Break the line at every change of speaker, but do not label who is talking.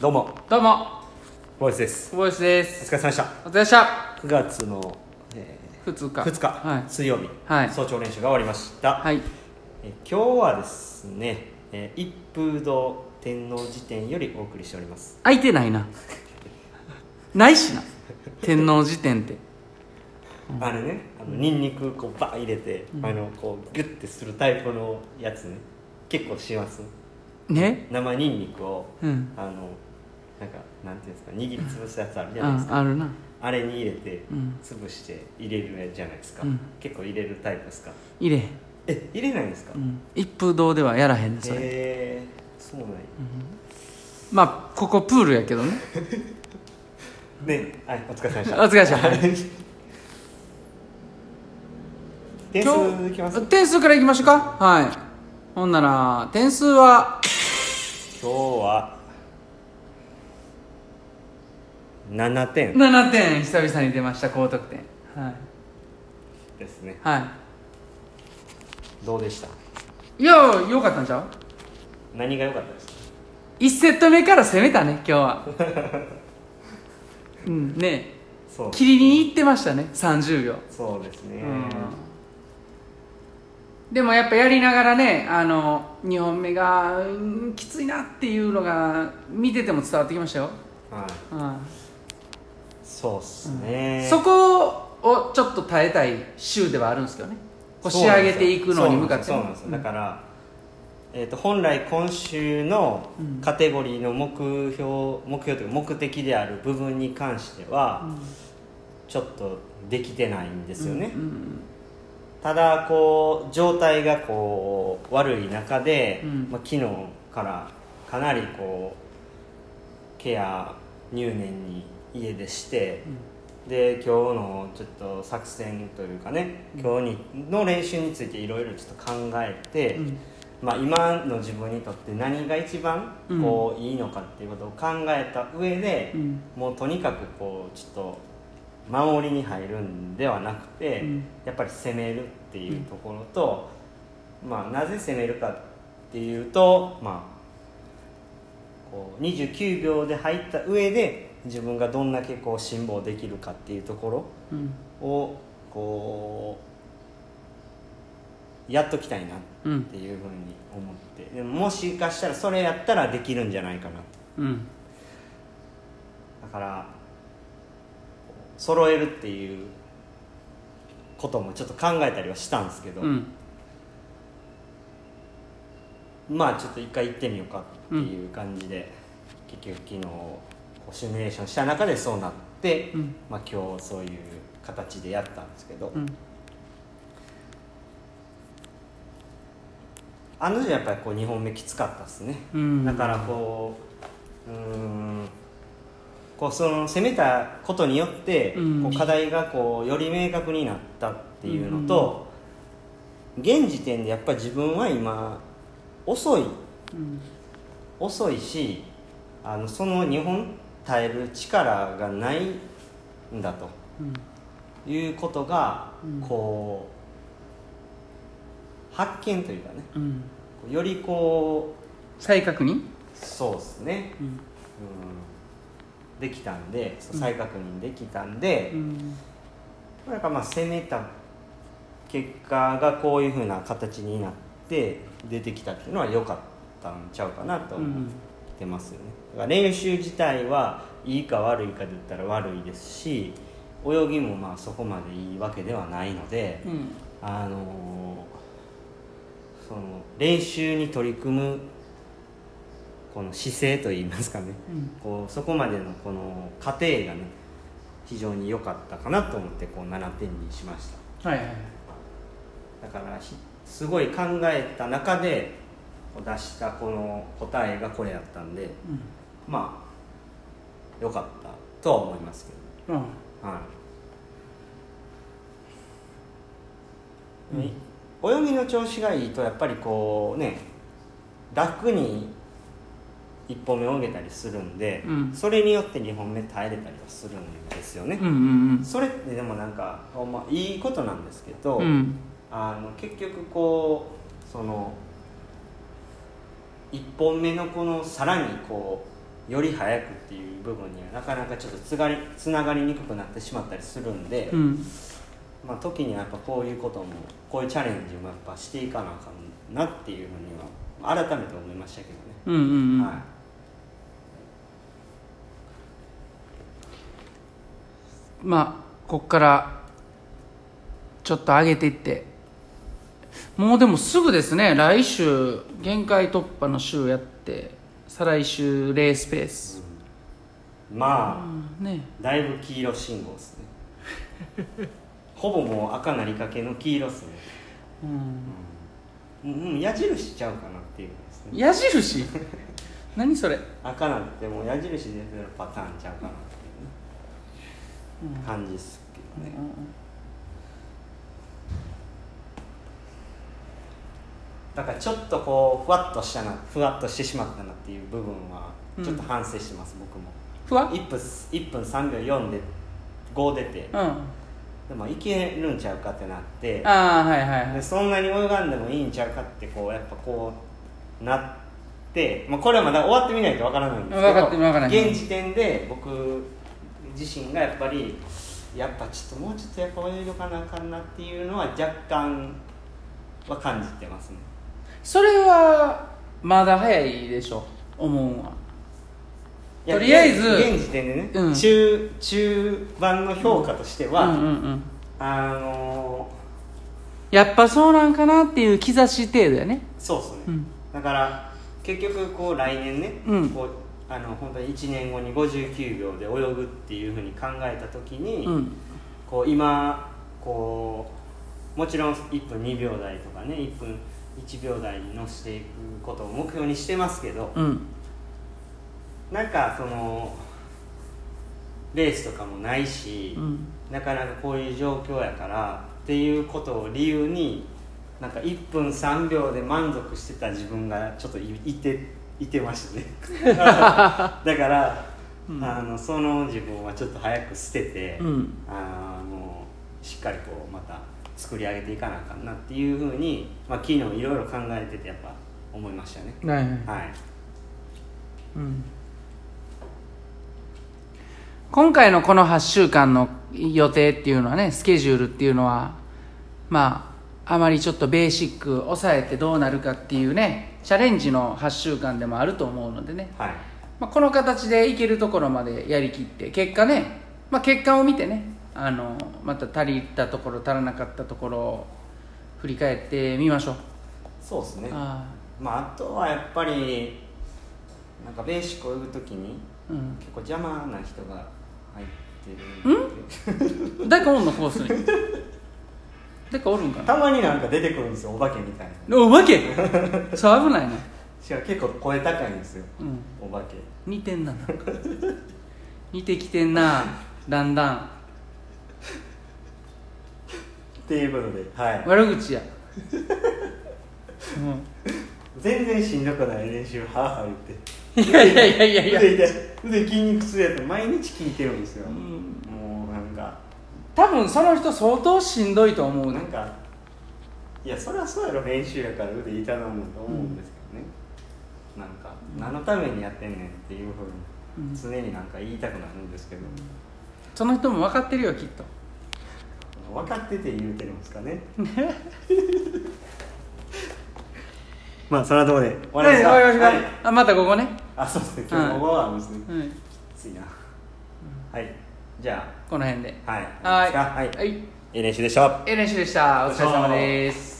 どうも
どうも
ボイスです
ボイスで
お
す
疲れ様でした
お疲れ様でした
9月の、え
2
ー
日
2日、
はい
水曜日、
はい
早朝練習が終わりました、
はい
えー今日はですね、えー一風堂天王寺店よりお送りしております
空いてないなないしな天王寺店って
あれねあのニンニクこうバーン入れて、あのこうギュッてするタイプのやつね結構します
ね
生ニンニクを、
うん
あのなんかなんていうんですか握りつぶすやつあるじゃないで
あ
すか、
あるな
あれに入れて、
うん
潰して入れるじゃないですか、
うん
結構入れるタイプですか
入れへん、
え入れないんですか、
う
へ
ん、一風堂ではやらへんねそれ
えそうなんや、
まあここプールやけどね
ねはいお疲れ様でし
お
た
疲れ様で
はい点数いきます今
点数からいきましょうかはいほんなら点数は
日は7点
7点久々に出ました高得点はい、
ですね
は
どうでした
い、いやよかったんちゃう
何が良かったですか
1セット目から攻めたね今日はうんね
そう
切りに行ってましたね30秒、
そうですね、
うんでもやっぱやりながらねあの2本目がうんきついなっていうのが見てても伝わってきましたよ、
はい
うん
そうっすね、
そこをちょっと耐えたい週ではあるんですけどねこう仕上げていくのに向かって
そうなんですよそうなんですよだから、えー、と本来今週のカテゴリーの目標目標というか目的である部分に関しては、ちょっとできてないんですよね、ただこう状態がこう悪い中で、
うん
まあ、昨日からかなりこうケア入念に家でして、で今日のちょっと作戦というかね、今日にの練習についていろいろちょっと考えて、
うん
まあ、今の自分にとって何が一番
うん
こういいのかっていうことを考えた上で、
うん
もうとにかくこうちょっと守りに入るんではなくて、
うん
やっぱり攻めるっていうところと、まあ、なぜ攻めるかっていうと、まあ、こう29秒で入った上で自分がどんだけこう辛抱できるかっていうところ
うん
をこうやっときたいな
うん
っていうふうに思ってでももしかしたらそれやったらできるんじゃないかなと
うん
だから揃えるっていうこともちょっと考えたりはしたんですけど、
うん
まあちょっと一回行ってみようかっていう感じで、結局昨日こうシミュレーションした中でそうなって、
うん
まあ、今日そういう形でやったんですけど、
うん
あの時はやっぱりこう2本目きつかったですね、
うん
だからこううーんこうその攻めたことによって、
うん
こう課題がこうより明確になったっていうのと、現時点でやっぱり自分は今遅い
うん
遅いしあのその2本耐える力がないんだと
うん
いうことが、
うん
こう発見というかね
うん
こうよりこう
再確認
そうですね、
うん
うん、できたんでそう再確認できたんで、
うん
なんかまあ攻めた結果がこういうふうな形になって出てきたっていうのは良かったんちゃうかなと思ってますよね、だから練習自体はいいか悪いかで言ったら悪いですし泳ぎもまあそこまでいいわけではないので、
うん
あのーその練習に取り組むこの姿勢といいますかね、
うん
こうそこまでのこの過程がね非常に良かったかなと思ってこう7点にしました
はいはい
だからひすごい考えた中でこう出したこの答えがこれやったんでまあ良かったとは思いますけど
うんうん
はい、泳ぎの調子がいいとやっぱりこうね楽に1本目泳げたりするんで、
うん
それによって2本目耐えれたりはするんですよね
うん、うん
それってでもなんか、まあ、いいことなんですけど、
うんうん
あの結局こうその1本目のこのさらにこうより早くっていう部分にはなかなかちょっとつがりつながりにくくなってしまったりするんで、
うん
まあ、時にはやっぱこういうこともこういうチャレンジもやっぱしていかなあかんなっていうふうにはまあ改めて思いましたけどね、
うんうんうん、
はい、
まあこっからちょっと上げていってもうでもすぐですね来週限界突破の週やって再来週レースペース、
ま
ね
あだいぶ黄色信号ですね ほぼもう赤なりかけの黄色っすね
うん
うんうん矢印ちゃうかなっていうのですね
矢印何それ
赤なんてもう矢印出てるパターンちゃうかなっていう、ね感じっすけどね、だからちょっとこうふわっとしたなふわっとしてしまったなっていう部分は
うん
ちょっと反省してます、僕も
ふわ
1分1分3秒4で5出て、
うんあ
でもいけるんちゃうかってなって
あはいはいは
で
い
そんなに泳がんでもいいんちゃうかってこうやっぱこうなって、まあ、これはまだ終わってみないとわからないんですけど
分かってる分からない
現時点で僕自身がやっぱりやっぱちょっともうちょっとやっぱ泳いどかなあかんなっていうのは若干は感じてますね
それはまだ早いでしょ思うんはい
や
とりあえず
現現時点でね、
うん
中中盤の評価としては、
うんうんうん
あの
やっぱそうなんかなっていう兆し程度やね
ーそうですね、
うん
だから結局こう来年ね、
うん
こうあの本当に1年後に59秒で泳ぐっていうふうに考えた時に、
うん
こう今こうもちろん1分2秒台とかね1分1秒台に乗せていくことを目標にしてますけど、
うん
なんかそのレースとかもないし、
うん
なかなかこういう状況やからっていうことを理由になんか1分3秒で満足してた自分がちょっといいていてましたね だから、あのその自分はちょっと早く捨てて、
うん
あのしっかりこうまた作り上げていかなあかんなっていうふうに、まあ、昨日いろいろ考えててやっぱ思いましたね、
はいはい
はい
うん今回のこの8週間の予定っていうのはねスケジュールっていうのはまああまりちょっとベーシック抑えてどうなるかっていうねチャレンジの8週間でもあると思うのでね、
はい
まあ、この形でいけるところまでやりきって結果ね、まあ、結果を見てねあのまた足りたところ足らなかったところを振り返ってみましょう
そうですね
あ
まあ、あとはやっぱりなんかベーシックを泳ぐ時に
あうん
結構邪魔な人が入ってる
誰かおんのコースに 誰かおるんかな
たまになんか出てくるんですよお化けみたいな
お化けそう危ないな、
しかも結構声高いんですよ
うん、
お化け
似てんななんか似てきてんなだんだん
っていうことで、はい、
悪口や、
全然しんどくない練習はあはあ言って
うん、いやいやいやいやい
腕痛
や
い腕筋肉痛やって毎日聞いてるんですよ、
ん
もうなんか
多分その人相当しんどいと思う
な
ね
んかいやそりゃそうやろ練習やから腕痛なもんと思うんですけどね、なんか何のためにやってんねんっていうふう
うん
に常になんか言いたくなるんですけど、
その人も分かってるよきっと
分かってて言うてるんですかね まあそんなとこで終わりますか、
はい終わりま
は
し
い
ょうあまたここね、
あそうですね今日の午後はですね、
うん、
きついなはいじゃ
この辺で
あはい
はい
終わりますかはい
はい
いい練習でした
え練習でしたお疲れ様です